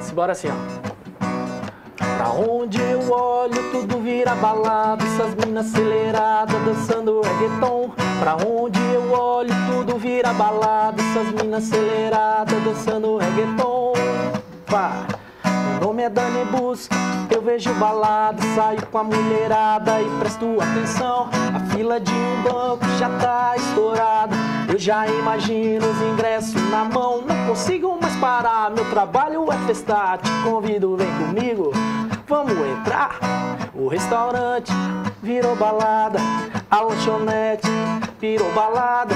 Simbora assim, ó. Pra onde eu olho, tudo vira balada. Essas minas aceleradas dançando reggaeton. Pra onde eu olho, tudo vira balada. Essas minas aceleradas dançando reggaeton. Pá. Meu nome é Dani Bus, eu vejo balada, saio com a mulherada e presto atenção. A fila de um banco já tá estourada. Eu já imagino os ingressos na mão. Não consigo mais parar, meu trabalho é festar. Te convido, vem comigo, vamos entrar. O restaurante virou balada, a lanchonete virou balada,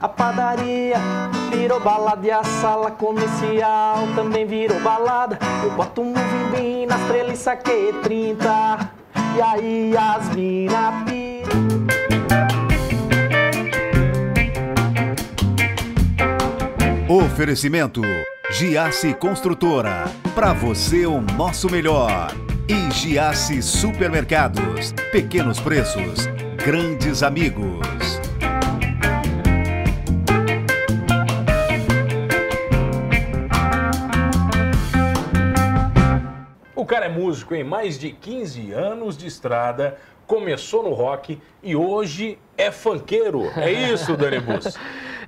a padaria virou balada e a sala comercial também virou balada. Eu boto um vimbim nas treliças que 30 e aí as mina pira. Oferecimento Giasse Construtora. Pra você o nosso melhor. E Giasse Supermercados. Pequenos preços, grandes amigos. O cara é músico em mais de 15 anos de estrada, começou no rock e hoje é funkeiro. É isso, Dani Bus.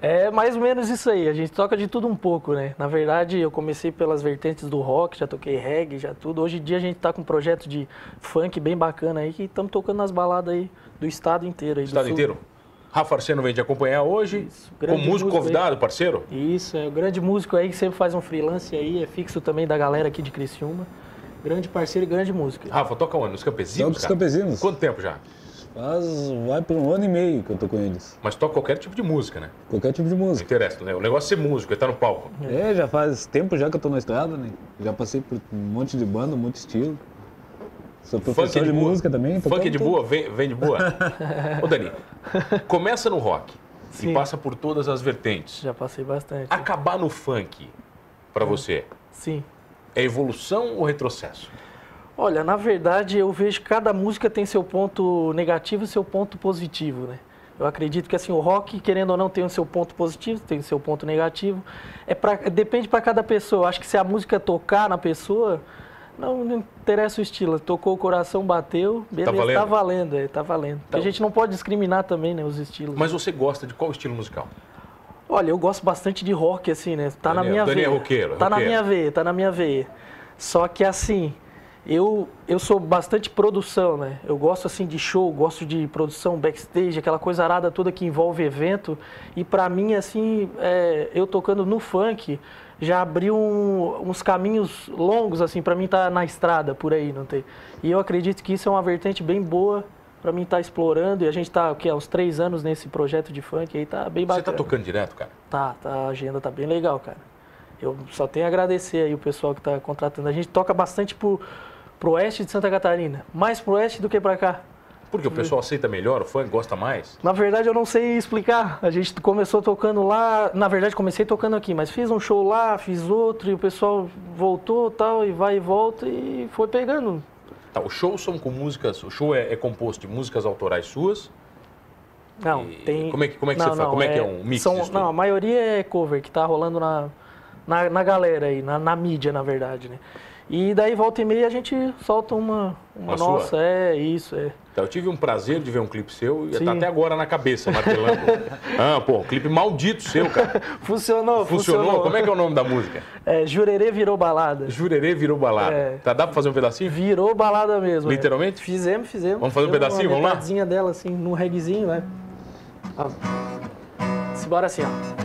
É mais ou menos isso aí, a gente toca de tudo um pouco, né? Na verdade, eu comecei pelas vertentes do rock, já toquei reggae, já tudo. Hoje em dia a gente tá com um projeto de funk bem bacana aí, que estamos tocando nas baladas aí do estado inteiro. Aí, do Estado sul. inteiro. Rafa Arseno vem te acompanhar hoje, Isso, com grande músico músico convidado, parceiro. Isso, é o grande músico aí que sempre faz um freelance aí, é fixo também da galera aqui de Criciúma. Grande parceiro e grande músico. Rafa, toca onde? Nos Toco campesinos, os cara? campesinos. Quanto tempo já? Faz, vai por um ano e meio que eu tô com eles. Mas toca qualquer tipo de música, né? Qualquer tipo de Não música. interessa, né? O negócio é ser músico, é estar no palco. É, já faz tempo já que eu tô na estrada, né? Já passei por um monte de banda, um monte de estilo. Sou professor de, boa. música também. Funk tocando de tudo. boa, vem, vem de boa. Ô, Dani, começa no rock e Sim. passa por todas as vertentes. Já passei bastante. Acabar no funk, pra você, Sim. é evolução ou retrocesso? Olha, na verdade eu vejo que cada música tem seu ponto negativo e seu ponto positivo, né? Eu acredito que assim o rock, querendo ou não, tem o seu ponto positivo, tem o seu ponto negativo. É pra, depende para cada pessoa. Eu Acho que se a música tocar na pessoa, não, não interessa o estilo. Tocou o coração, bateu, beleza, tá valendo, valendo. tá valendo. É, tá valendo. Porque A gente não pode discriminar também, né, os estilos. Mas você gosta de qual estilo musical? Olha, eu gosto bastante de rock, assim, né? Tá na Daniel- minha Daniel é veia. roqueiro, tá na roqueiro. minha veia, tá na minha veia. Só que assim, eu, eu sou bastante produção, né? Eu gosto assim de show, gosto de produção backstage, aquela coisa arada toda que envolve evento. E pra mim, assim, é, eu tocando no funk já abriu um- uns caminhos longos, assim, pra mim tá na estrada por aí, não tem? E eu acredito que isso é uma vertente bem boa pra mim tá explorando. E a gente tá, o quê? Há uns três anos nesse projeto de funk aí, tá bem Você bacana. tá tocando direto, cara? Tá, tá, a agenda tá bem legal, cara. Eu só tenho a agradecer aí o pessoal que tá contratando. A gente toca bastante pro, pro oeste de Santa Catarina. Mais pro oeste do que pra cá. Porque o pessoal aceita melhor o funk, gosta mais? Na verdade, eu não sei explicar. A gente começou tocando lá. Na verdade, comecei tocando aqui, mas fiz um show lá, fiz outro, e o pessoal voltou tal, e vai e volta, e foi pegando. Tá, os shows são com músicas, o show é, é composto de músicas autorais suas. Não, E tem. como é que- como é que você faz? Como é que é um mix São, disso tudo? não, a maioria é cover que tá rolando na, na, na galera aí, na, na mídia, na verdade, né? E daí volta e meia a gente solta uma, uma Uma sua? nossa, é isso, é. Tá, eu tive um prazer de ver um clipe seu e Sim. tá até agora na cabeça, martelando. ah, pô, um clipe maldito seu, cara. Funcionou, funcionou. Funcionou? Como é que é o nome da música? É, Jurerê virou balada. Jurerê virou balada. É. Tá, dá pra fazer um pedacinho? Virou balada mesmo. né? Literalmente? Fizemos, fizemos. Vamos fazer um Fizemos pedacinho, uma vamos lá? metadinha dela, assim, num reguezinho, né? Ó. Simbora assim, ó.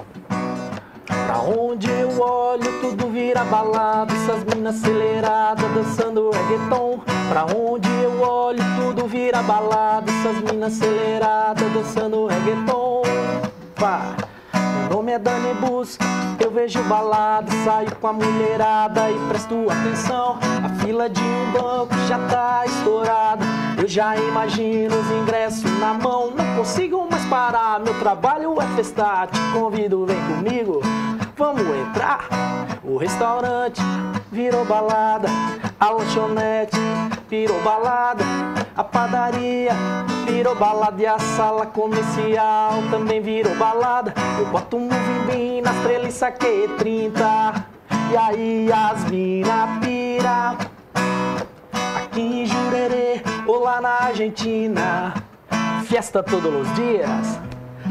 Pra onde eu olho, tudo vira balada. Essas minas aceleradas dançando reggaeton. Pra onde eu olho, tudo vira balada. Essas minas aceleradas dançando reggaeton. Pá. Meu nome é Dani Bus, eu vejo balada. Saio com a mulherada e presto atenção. A fila de um banco já tá estourada. Eu já imagino os ingressos na mão. Não consigo mais parar, meu trabalho é festar. Te convido, vem comigo, vamos entrar. O restaurante virou balada, a lanchonete virou balada, a padaria virou balada e a sala comercial também virou balada. Eu boto um vimbim nas treliças que 30 e E aí as mina pira Aqui em Jurerê ou lá na Argentina Festa todos os dias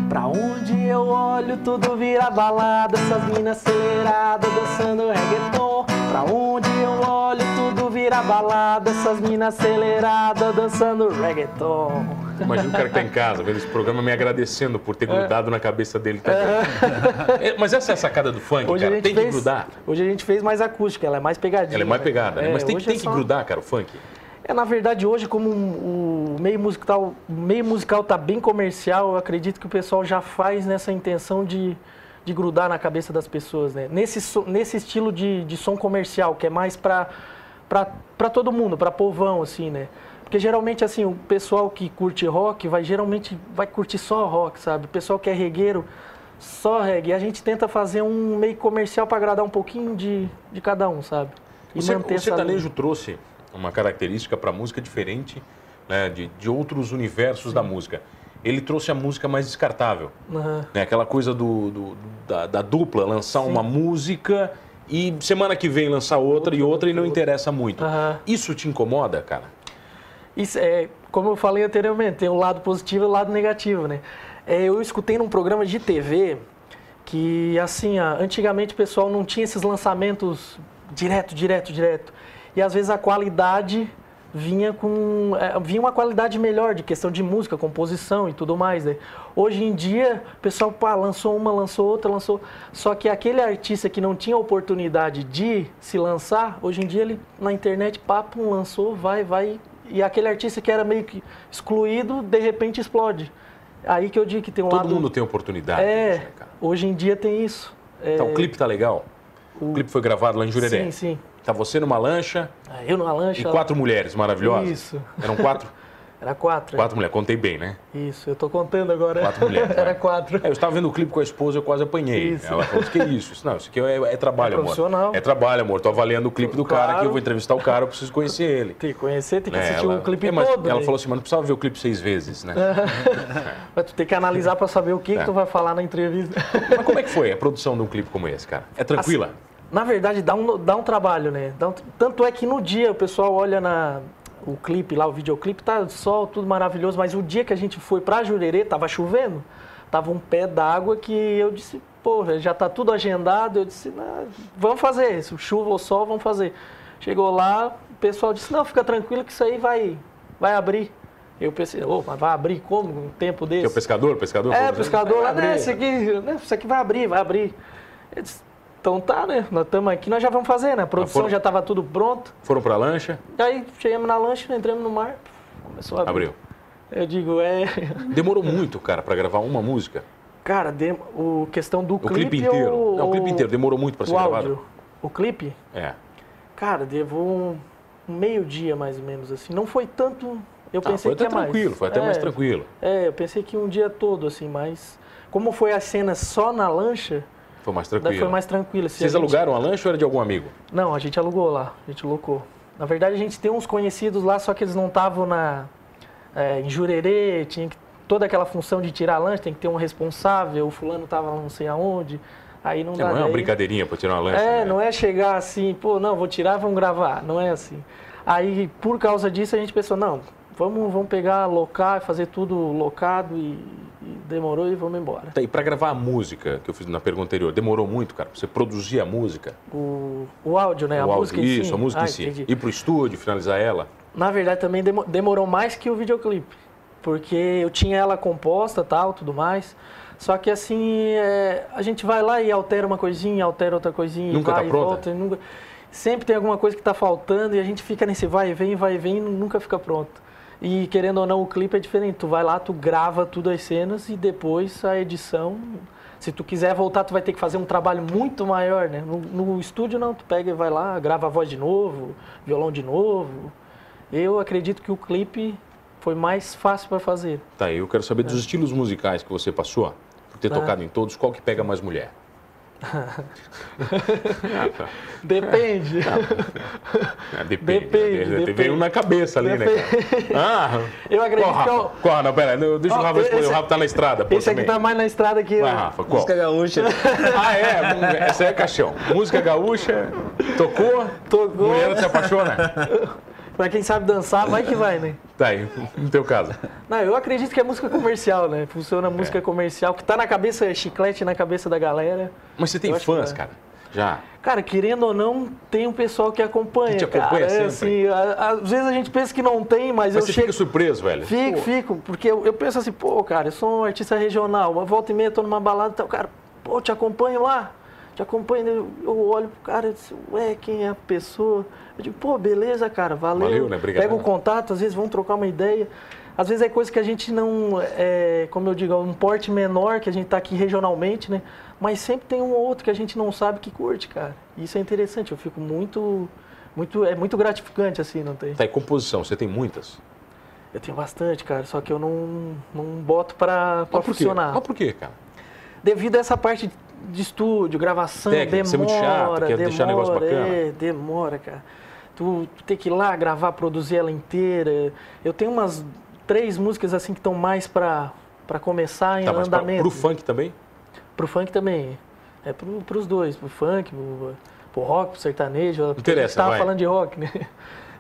Pra onde eu olho tudo vira balada Essas minas aceleradas dançando reggaeton Pra onde eu olho tudo vira balada Essas minas aceleradas dançando reggaeton Imagina o cara que tá em casa vendo esse programa me agradecendo por ter É. grudado na cabeça dele também. É, mas essa é a sacada do funk, Hoje a cara. gente Tem que fez, grudar. Hoje a gente fez mais acústica, ela é mais pegadinha. Ela é mais né? pegada, né? É, Mas tem, que- hoje tem é que só- grudar, cara, o funk. É, na verdade, hoje, como um- o meio musical, o meio musical tá bem comercial, eu acredito que o pessoal já faz nessa intenção de, de grudar na cabeça das pessoas, né? Nesse, so- nesse estilo de, de som comercial, que é mais pra, pra, pra todo mundo, pra povão, assim, né? Porque geralmente, assim, o pessoal que curte rock vai geralmente vai curtir só rock, sabe? O pessoal que é regueiro, só reggae. E a gente tenta fazer um meio comercial pra agradar um pouquinho de, de cada um, sabe? O, ser- o essa linha. é sertanejo trouxe uma característica para a música diferente né, de, de outros universos da música. Ele trouxe a música mais descartável. Aham. Né? Aquela coisa do, do- da, da dupla, lançar uma música e semana que vem lançar outra e outra e não interessa muito. Aham. Isso te incomoda, cara? Isso é, como eu falei anteriormente, tem o lado positivo e o lado negativo, né? É, eu escutei num programa de TV que, assim, ah, antigamente o pessoal não tinha esses lançamentos direto, direto, direto. E às vezes a qualidade vinha com. é, vinha uma qualidade melhor de questão de música, composição e tudo mais, né? Hoje em dia, o pessoal pá, lançou uma, lançou outra, lançou. Só que aquele artista que não tinha oportunidade de se lançar, hoje em dia ele na internet, papo, lançou, vai, vai. E aquele artista que era meio que excluído, de repente explode. Aí que eu digo que tem um Todo lado. mundo tem oportunidade. hoje, É, né, cara? hoje em dia tem isso. É, Tá, o clipe tá legal? O clipe foi gravado lá em Jurerê. Sim, sim. Tá você numa lancha Ah, Eu numa lancha. e ela- quatro mulheres maravilhosas. Isso. Eram quatro? Era quatro. Quatro mulheres, contei bem, né? Isso, eu tô contando agora. Quatro mulheres, vai. Era quatro. É, eu estava vendo o clipe com a esposa, eu quase apanhei. Isso. Ela falou, que isso? Isso Não, isso aqui é, é É trabalho, amor. profissional. É trabalho, amor. Tô avaliando o clipe do cara aqui, Claro. eu vou entrevistar o cara, eu preciso conhecer ele. Tem que conhecer, tem que É, assistir o clipe é, mas todo. Ela né? falou assim, mas não precisava ver o clipe seis vezes, né? Mas tu tem que analisar pra saber o que, É. que tu vai falar na entrevista. Mas como é que foi a produção de um clipe como esse, cara? É tranquila? Na verdade, dá um, dá um trabalho, né? Dá um tr- tanto é que no dia o pessoal olha na, o clipe lá, o videoclipe, tá sol, tudo maravilhoso, mas o dia que a gente foi pra Jurerê, tava chovendo, tava um pé d'água que eu disse, pô, velho, já tá tudo agendado, eu disse, "Não, vamos fazer, se chuva ou sol, vamos fazer. Chegou lá, o pessoal disse, não, fica tranquilo que isso aí vai, vai abrir. Eu pensei, ô, mas vai abrir como um tempo desse? Que é o pescador? O pescador? É, falou, pescador lá, né? "Vai abrir." Isso aqui, né, isso aqui vai abrir, vai abrir. Eu disse, então tá, né? Nós estamos aqui, nós já vamos fazer, né? A produção foram- já estava tudo pronto. Foram pra lancha, Aí chegamos na lancha, né, entramos no mar, começou a abrir. abriu. Eu digo, é. Demorou muito, cara, pra gravar uma música. Cara, de... o questão do O clipe. clipe inteiro. ou- Não, o clipe inteiro. Demorou muito pra ser o gravado? áudio. O clipe? É. Cara, levou um um meio-dia mais ou menos assim. Não foi tanto. Eu Ah, pensei foi até que é mais. tranquilo, foi até mais É, tranquilo. É, eu pensei que um dia todo, assim, mas. Como foi a cena só na lancha, Foi mais daí tranquilo. foi mais tranquilo. Se a Vocês gente- alugaram a lancha ou era de algum amigo? Não, a gente alugou lá, a gente locou. Na verdade, a gente tem uns conhecidos lá, só que eles não estavam na é, em Jurerê, tinha que- toda aquela função de tirar lanche, tem que ter um responsável, o fulano tava lá não sei aonde, aí não É, dá não é uma daí- brincadeirinha pra tirar uma lancha. É, né? não é chegar assim, pô, não, vou tirar, vamos gravar, não é assim. Aí, por causa disso, a gente pensou, não, vamos, vamos pegar, locar, fazer tudo locado e, e demorou e vamos embora. Tá, e pra gravar a música que eu fiz na pergunta anterior, demorou muito, cara? Pra você produzir a música? O, o áudio, né? a o áudio, música em si. isso, a música Ah, em si. entendi. Ir pro estúdio, finalizar ela. Na verdade, também demo- demorou mais que o videoclipe. Porque eu tinha ela composta tal, tudo mais. Só que assim, é, a gente vai lá e altera uma coisinha, altera outra coisinha, e Nunca vai tá e pronta? volta. e Então, nunca- Sempre tem alguma coisa que está faltando e a gente fica nesse vai e vem, vai e vem e nunca fica pronto. E querendo ou não, o clipe é diferente. Tu vai lá, tu grava tudo as cenas e depois a edição. Se tu quiser voltar, tu vai ter que fazer um trabalho muito maior, né? No, no estúdio não, tu pega e vai lá, grava a voz de novo, violão de novo. Eu acredito que o clipe foi mais fácil para fazer. É. Tá. Tá, eu quero saber dos estilos musicais que você passou, por ter tocado em todos, qual que pega mais mulher? Depende. É, depende. Depende, né? depende. Veio um na cabeça ali, né, Depende. cara? Ah, Eu acredito qual, Rafa? que eu- Qual, não, pera, não, deixa Ó, o Rafa responder. esse- O Rafa tá na estrada. Pô, Esse aqui também. tá mais na estrada que. Vai, Rafa, qual? Música gaúcha. Ah, é? Essa é caixão. Música gaúcha, tocou, Tocou. mulher se apaixona. Pra quem sabe dançar, vai que vai, né? Tá aí, no teu caso. Não, eu acredito que é música comercial, né? É. Funciona a música comercial, que tá na cabeça, é chiclete na cabeça da galera. Mas você tem Eu acho que fãs, é. cara? Já. Cara, querendo ou não, tem um pessoal que acompanha. Que te cara. acompanha É, assim, sempre. a- às vezes a gente pensa que não tem, mas, Mas eu você chego. fica surpreso, velho. Fico, fico, porque eu, eu penso assim, pô, cara, eu sou um artista regional, uma volta e meia, tô numa balada e tal, cara, pô, te acompanho lá, te acompanho, eu, eu olho pro cara e disse, ué, quem é a pessoa? Eu digo, pô, beleza, cara, valeu. Valeu, né? Obrigado. Pega o contato, às vezes vão trocar uma ideia. Às vezes é coisa que a gente não, é, como eu digo, é um porte menor, que a gente tá aqui regionalmente, né? Mas sempre tem um ou outro que a gente não sabe que curte, cara. Isso é interessante, eu fico muito, muito, é muito gratificante, assim, não tem? Tá aí, composição, você tem muitas? Eu tenho bastante, cara, só que eu não, não boto pra, pra Mas por quê? funcionar. Mas por quê, cara? Devido a essa parte de estúdio, gravação, Técnica, demora, ser é muito chato, quer demora, deixar o negócio bacana. é, demora, cara. Tu, tu tem que ir lá gravar, produzir ela inteira. Eu tenho umas três músicas assim que estão mais pra, pra começar em Tá, mas pra, andamento. pro funk também? Pro funk também. É pro, pros dois, pro funk, pro, pro rock, pro sertanejo. porque a Interessa, gente tava vai. falando de rock, né?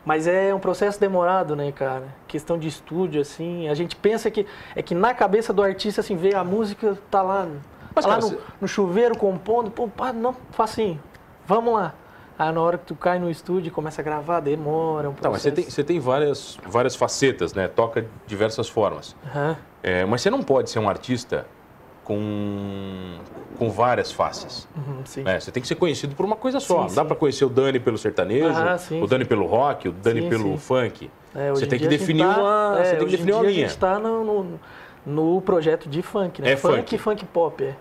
Mas é um processo demorado, né, cara? Questão de estúdio, assim. A gente pensa que. É que na cabeça do artista, assim, vê a música, tá lá, Mas, tá lá cara, no, você- no chuveiro compondo, pô, pá, não, facinho. Vamos lá. Aí na hora que tu cai no estúdio e começa a gravar, demora um processo. Tá, mas você tem, você tem várias, várias facetas, né? Toca diversas formas. Aham. É, mas você não pode ser um artista com, com várias faces. Uhum, sim. né? Você tem que ser conhecido por uma coisa só. Sim, Não dá sim. pra conhecer o Dani pelo sertanejo, Ah, sim, o Dani pelo rock, o Dani Sim, pelo sim. funk. É, hoje você em tem dia que a gente definir tá- uma, é, você tem que hoje em definir uma dia A linha. gente está no, no, no projeto de funk, né? É funk. funk e funk pop, é.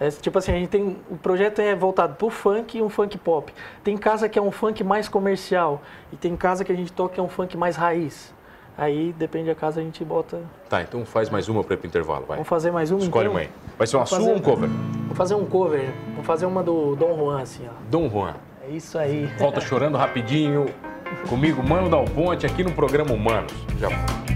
É, tipo assim, a gente tem. O projeto é voltado pro funk e um funk pop. Tem casa que é um funk mais comercial. E tem casa que a gente toca que é um funk mais raiz. Aí depende da casa, a gente bota. Tá, então faz mais uma pra ir pro intervalo, vai. Vamos fazer mais um. Escolhe então? uma aí. Vai ser uma Vou sua fazer- ou um cover? Vamos fazer um cover. Vamos fazer uma do Dom Juan, assim, ó. Dom Juan. É isso aí. Volta chorando rapidinho. Comigo, Mano Dal Ponte, aqui no programa Humanos. Já volto.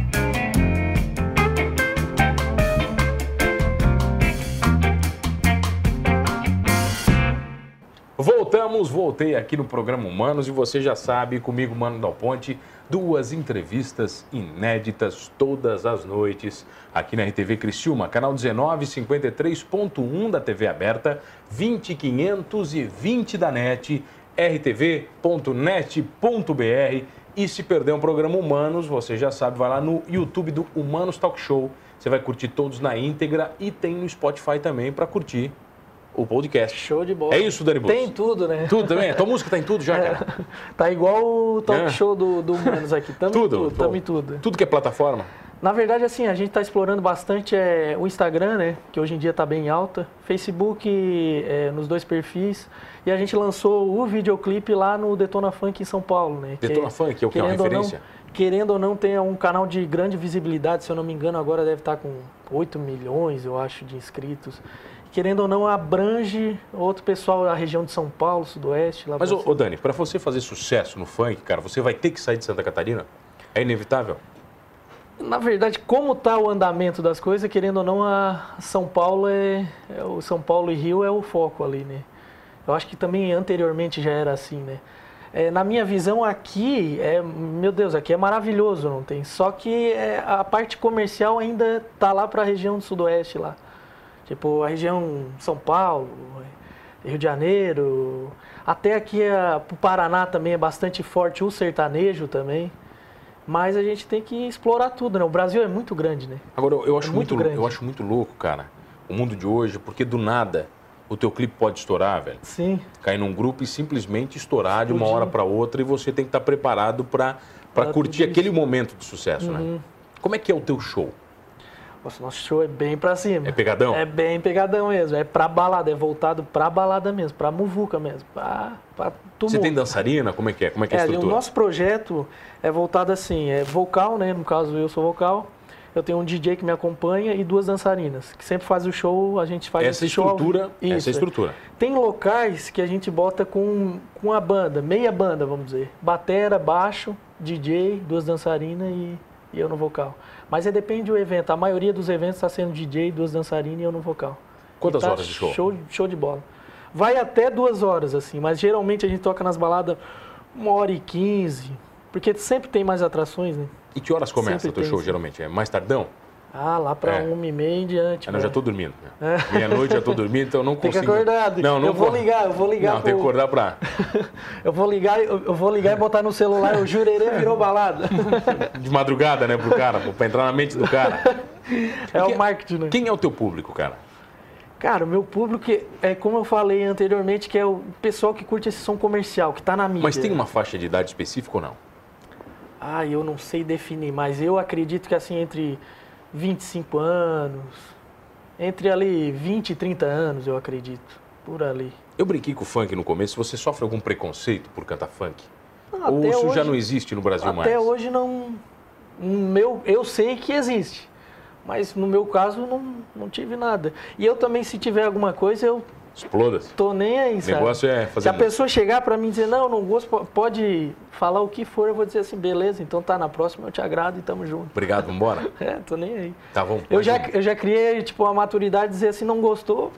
Voltamos, voltei aqui no programa Humanos e você já sabe, comigo, Mano Dal Ponte, duas entrevistas inéditas todas as noites aqui na RTV Criciúma, canal 1953.1 da TV aberta, 20520 da NET, rtv.net.br e se perder um programa Humanos, você já sabe, vai lá no YouTube do Humanos Talk Show, você vai curtir todos na íntegra e tem no Spotify também para curtir o podcast. Show de bola. É isso, Dani Bus? Tem tudo, né? Tudo também? Tua música tá em tudo já, cara? Tá igual o talk É. show do, do Manos aqui. Tamo em Tudo, tudo, tamo pô. em tudo. Tudo que é plataforma? Na verdade, assim, a gente está explorando bastante é, o Instagram, né? Que hoje em dia está bem alta. Facebook é, nos dois perfis. E a gente lançou o videoclipe lá no Detona Funk em São Paulo, né? que- Detona Funk é o que é uma querendo ou não- referência? querendo ou não, tem um canal de grande visibilidade. Se eu não me engano, agora deve estar com 8 milhões, eu acho, de inscritos. Querendo ou não, abrange outro pessoal da região de São Paulo, Sudoeste. Lá Mas, pra ô, ô, Dani, pra você fazer sucesso no funk, cara, você vai ter que sair de Santa Catarina? É inevitável? Na verdade, como está o andamento das coisas, querendo ou não, a São Paulo é, é o São Paulo e Rio é o foco ali, né? Eu acho que também anteriormente já era assim, né? É, na minha visão aqui é, meu Deus, aqui é maravilhoso, não tem. Só que é, a parte comercial ainda tá lá para a região do Sudoeste lá, tipo a região São Paulo, Rio de Janeiro, até aqui a, o Paraná também é bastante forte, o sertanejo também. Mas a gente tem que explorar tudo, né? O Brasil é muito grande, né? Agora, eu, eu acho, muito, muito grande. eu acho muito louco, cara, o mundo de hoje, porque do nada o teu clipe pode estourar, velho. Sim. Cair num grupo e simplesmente estourar de uma Explodir. hora pra outra e você tem que estar preparado pra pra Pra curtir tudo Uhum. aquele momento de sucesso, né? Como é que é o teu show? Nossa, nosso show é bem pra cima. É pegadão? É bem pegadão mesmo. É pra balada, é voltado pra balada mesmo, pra muvuca mesmo, pra, pra tumulto. Você tem dançarina? Como é que é? Como é que é a É, o estrutura? nosso projeto é voltado assim, é vocal, né? No caso eu sou vocal. eu tenho um DJ que me acompanha e duas dançarinas, que sempre faz o show, a gente faz Essa esse show ao estrutura, vivo. essa Isso, é. estrutura. Tem locais que a gente bota com, com a banda, meia banda, vamos dizer. Batera, baixo, DJ, duas dançarinas e, e eu no vocal. Mas é, depende do evento. A maioria dos eventos está sendo DJ, duas dançarinas e eu no vocal. Quantas E tá horas de show? show? Show de bola. Vai até duas horas, assim, mas geralmente a gente toca nas baladas uma hora e quinze, porque sempre tem mais atrações, né? E que horas começa Sempre o teu tem, show, sim. geralmente? É mais tardão? Ah, lá para É. uma e meia em diante. Eu já né? tô dormindo. né? Meia-noite já tô dormindo, então eu não Tem que consigo. acordar, Não, não eu vou co- ligar, eu vou ligar Não, tem que pro- acordar pra. Eu vou ligar, eu, eu vou ligar e botar no celular, o jurerê virou balada. de madrugada, né, pro cara, pô, pra entrar na mente do cara. É Quem- o marketing, né? Quem é o teu público, cara? Cara, o meu público é- é como eu falei anteriormente, que é o pessoal que curte esse som comercial, que tá na mídia. Mas tem uma faixa de idade específica ou não? Ah, eu não sei definir, mas eu acredito que assim, entre 25 anos, entre ali 20 e 30 anos, eu acredito, por ali. Eu brinquei com o funk no começo. Você sofre algum preconceito por cantar funk? Não, Ou até isso já hoje- não existe no Brasil mais? Até hoje não. no Meu, eu sei que existe. Mas no meu caso não, não tive nada. E eu também, se tiver alguma coisa, eu Exploda-se. tô nem aí, O sabe? negócio é Se fazer. a pessoa chegar pra mim e dizer, não, eu não gosto, po- pode falar o que for, eu vou dizer assim, beleza, então tá, na próxima eu te agrado e tamo junto. Obrigado, vambora. É, tô nem aí. Tá, vamos. Eu mais já, um. eu já criei, tipo, a maturidade de dizer assim, não gostou,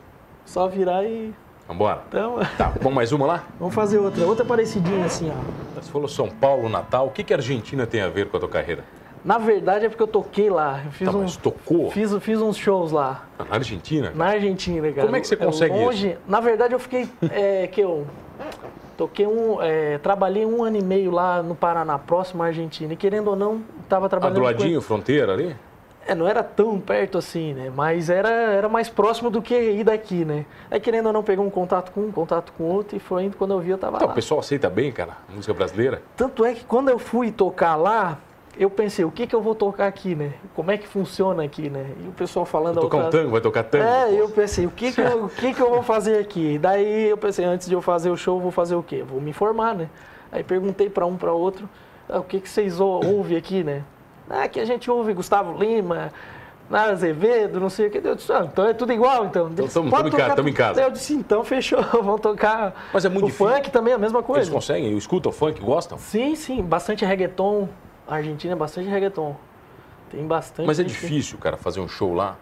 só virar e... Vambora. Então, Tá, vamos mais uma lá? vamos fazer outra, outra parecidinha assim, ó. Você falou São Paulo, Natal. O que, que a Argentina tem a ver com a tua carreira? Na verdade é porque eu toquei lá, eu fiz, Tá, um, mas tocou fiz, fiz uns shows lá. na Argentina? Na Argentina, né, cara. Como é que você consegue longe... Na verdade, eu fiquei. é, que eu toquei um. é, trabalhei um ano e meio lá no Paraná, próximo à Argentina. E querendo ou não, estava Ah, trabalhando. do com- ladinho, fronteira ali? É, não era tão perto assim, né? Mas era, era mais próximo do que ir daqui, né? Aí querendo ou não, pegou um contato com um, contato com outro, e foi indo quando eu vi, eu tava Tá, o lá. pessoal aceita bem, cara, a música brasileira. Tanto é que quando eu fui tocar lá. Eu pensei, o que, que eu vou tocar aqui, né? Como é que funciona aqui, né? E o pessoal falando... a Vai tocar um outra- tango, vai tocar tango. É, eu pensei, o que que eu, o que que eu vou fazer aqui? Daí eu pensei, antes de eu fazer o show, eu vou fazer o quê? Vou me informar, né? Aí perguntei para um, para outro, ah, o que que vocês ou- ouvem aqui, né? Ah, que a gente ouve Gustavo Lima, Nara Azevedo, não sei o que. Eu disse, ah, então é tudo igual, então. Então tamo- tamo em casa, tamo em casa. Eu disse, então fechou, vamos tocar. Mas é muito o difícil. funk também é a mesma Eles coisa. conseguem, escutam funk, gostam. Sim, sim, bastante reggaeton. A Argentina é bastante reggaeton. Tem bastante. Mas é gente que- difícil, cara, fazer um show lá.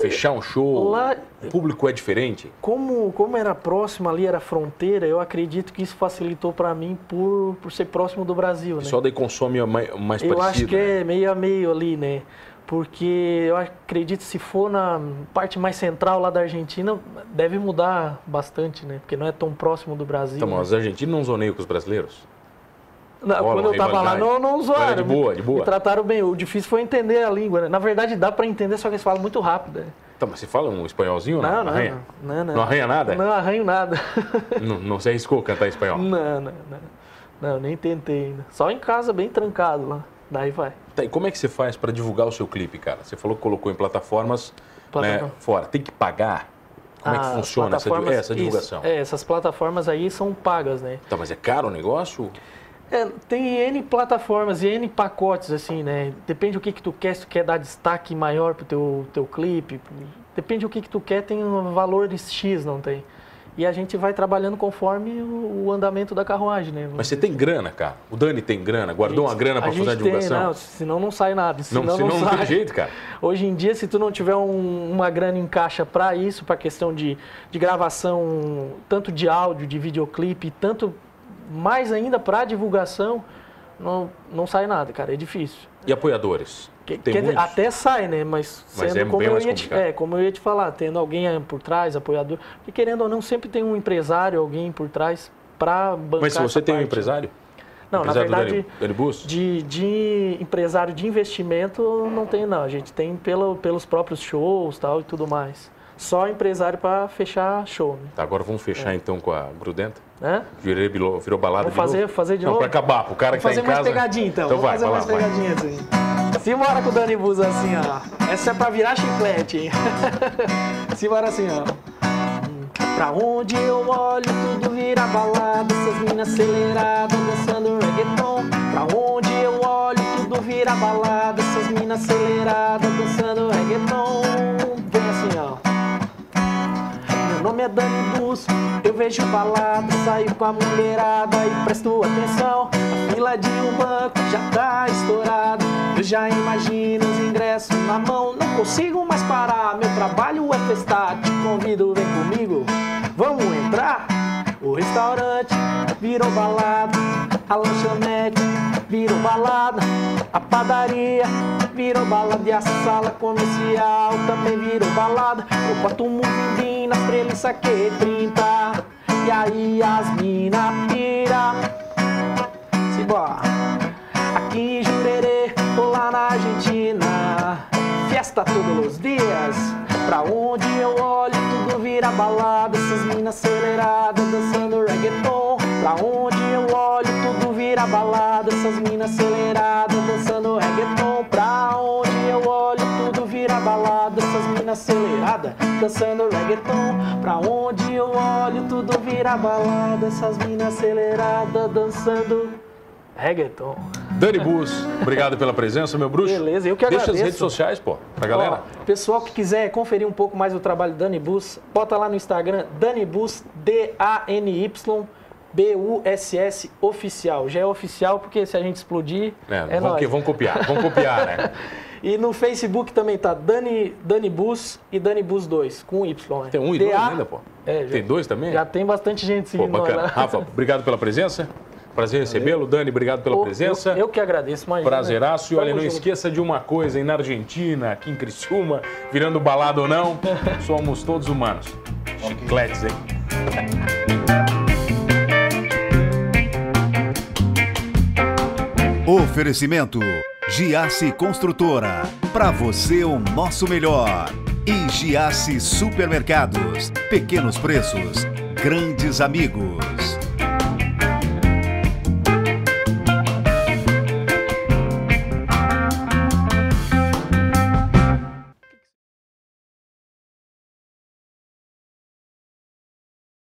Fechar um show. Lá- O público é diferente. Como, como era próximo ali, era fronteira, eu acredito que isso facilitou para mim por, por ser próximo do Brasil, O né? pessoal daí consome o mai- o mais eu parecido. acho que né? é meio a meio ali, né? Porque eu acredito que se for na parte mais central lá da Argentina, deve mudar bastante, né? Porque não é tão próximo do Brasil. Então, né? mas os argentinos não zoneiam com os brasileiros. Não, rola quando uma eu tava lá, rivalidade. não, não usaram. Era é de boa, me- de boa. Me trataram bem. O difícil foi entender a língua, né? Na verdade, dá para entender, só que eles falam muito rápido. né? Tá, mas você fala um espanholzinho ou Não, não? não, arranha? não. Não, não. Não arranha nada? Não arranho nada. Não, não se arriscou cantar espanhol. Não, não, não. Não, nem tentei ainda. Só em casa, bem trancado lá. Daí vai. Tá, e como é que você faz pra divulgar o seu clipe, cara? Você falou que colocou em plataformas Plataforma. né, fora. Tem que pagar? Como é As que funciona essa, Ah, di- plataformas- é, essa isso, divulgação? é, essas plataformas aí são pagas, né? Tá, mas é caro o negócio? É, tem N plataformas e N pacotes, assim, né? Depende do que, que tu quer, se tu quer dar destaque maior pro teu, teu clipe. pro- Depende do que, que tu quer, tem um valor X, não tem? E a gente vai trabalhando conforme o, o andamento da carruagem, né? Mas você tem grana, cara. O Dani tem grana. Guardou uma grana pra gente fazer a tem, divulgação? não, senão não sai nada. Senão não, não, senão não sai. tem jeito, cara. Hoje em dia, se tu não tiver um- uma grana em caixa para isso, para questão de, de gravação, tanto de áudio, de videoclipe, tanto mais ainda para divulgação, não, não sai nada, cara. É difícil. E apoiadores? Que- Tem quer dizer, muitos? até sai, né? Mas Mas sendo é como, bem eu mais ia te, complicado. é, como eu ia te falar, tendo alguém é, por trás, apoiador, porque querendo ou não, sempre tem um empresário, alguém por trás para bancar Mas se você essa tem um parte. né? empresário? Não, na empresário verdade, do Dani, Dani Bus? de, de empresário de investimento não tem não. A gente tem pelo, pelos próprios shows tal e tudo mais. Só empresário para fechar show, né? Tá, agora vamos fechar então com a grudenta. né? Virei, bilo- virou balada Vamos de fazer- novo? fazer de Não, novo? pra acabar, pro cara Vamos que tá fazer em mais casa. pegadinha então. Então Vamos vai, fazer vai mais lá, pegadinha vai. assim. Simbora com o Dani Bus assim, ó. Essa é pra virar chiclete, hein? Simbora assim, ó. Pra onde eu olho, tudo vira balada. Essas minas aceleradas dançando reggaeton. Pra onde eu olho, tudo vira balada. Essas minas mina acelerada dançando reggaeton. Vem assim, ó. Meu nome é Dani Bus, eu vejo balada, saio com a mulherada e presto atenção. A fila de um banco já tá estourado. Eu já imagino os ingressos na mão, não consigo mais parar. Meu trabalho é festar, te convido, vem comigo. Vamos entrar? O restaurante virou balada, a lanchonete virou balada, a padaria virou balada e a sala comercial também virou balada. Eu boto um mudinho na estreliça que 30 e aí as mina pira. Simbora. Aqui em Jurerê ou lá na Argentina, festa todos os dias. Pra onde eu olho tudo vira balada, essas minas aceleradas dançando reggaeton. Pra onde eu olho tudo vira balada, essas minas aceleradas dançando reggaeton. Pra onde eu olho tudo vira balada, essas minas aceleradas dançando reggaeton. Pra onde eu olho tudo vira balada, essas minas aceleradas dançando reggaeton. Dani Bus, obrigado pela presença, meu bruxo. Beleza, eu que Deixa as agradeço. redes sociais, pô, pra galera. Ó, pessoal que quiser conferir um pouco mais o trabalho do Dani Bus, bota lá no Instagram Dani Bus, D-A-N-Y. B-U-S-S oficial. Já é oficial porque se a gente explodir. É, É, vamos, nóis. que- vamos copiar, vamos copiar, né? E no Facebook também tá Dani, Dani Bus e Dani Bus 2, com Y. né? Tem um e dois DA ainda, pô. É, já- Tem dois também? Já né? tem bastante gente Pô, seguindo nós bacana. lá. Rafa, obrigado pela presença. Prazer em recebê-lo. Dani, obrigado pela Pô, presença. Eu, eu que agradeço, imagina. Prazeraço. E Tamo olha, não junto. esqueça de uma coisa, aí na Argentina, aqui em Criciúma, virando balada ou não, somos todos humanos. Chicletes, hein? Oferecimento Giasse Construtora. Para você o nosso melhor. E Giasse Supermercados. Pequenos preços, grandes amigos.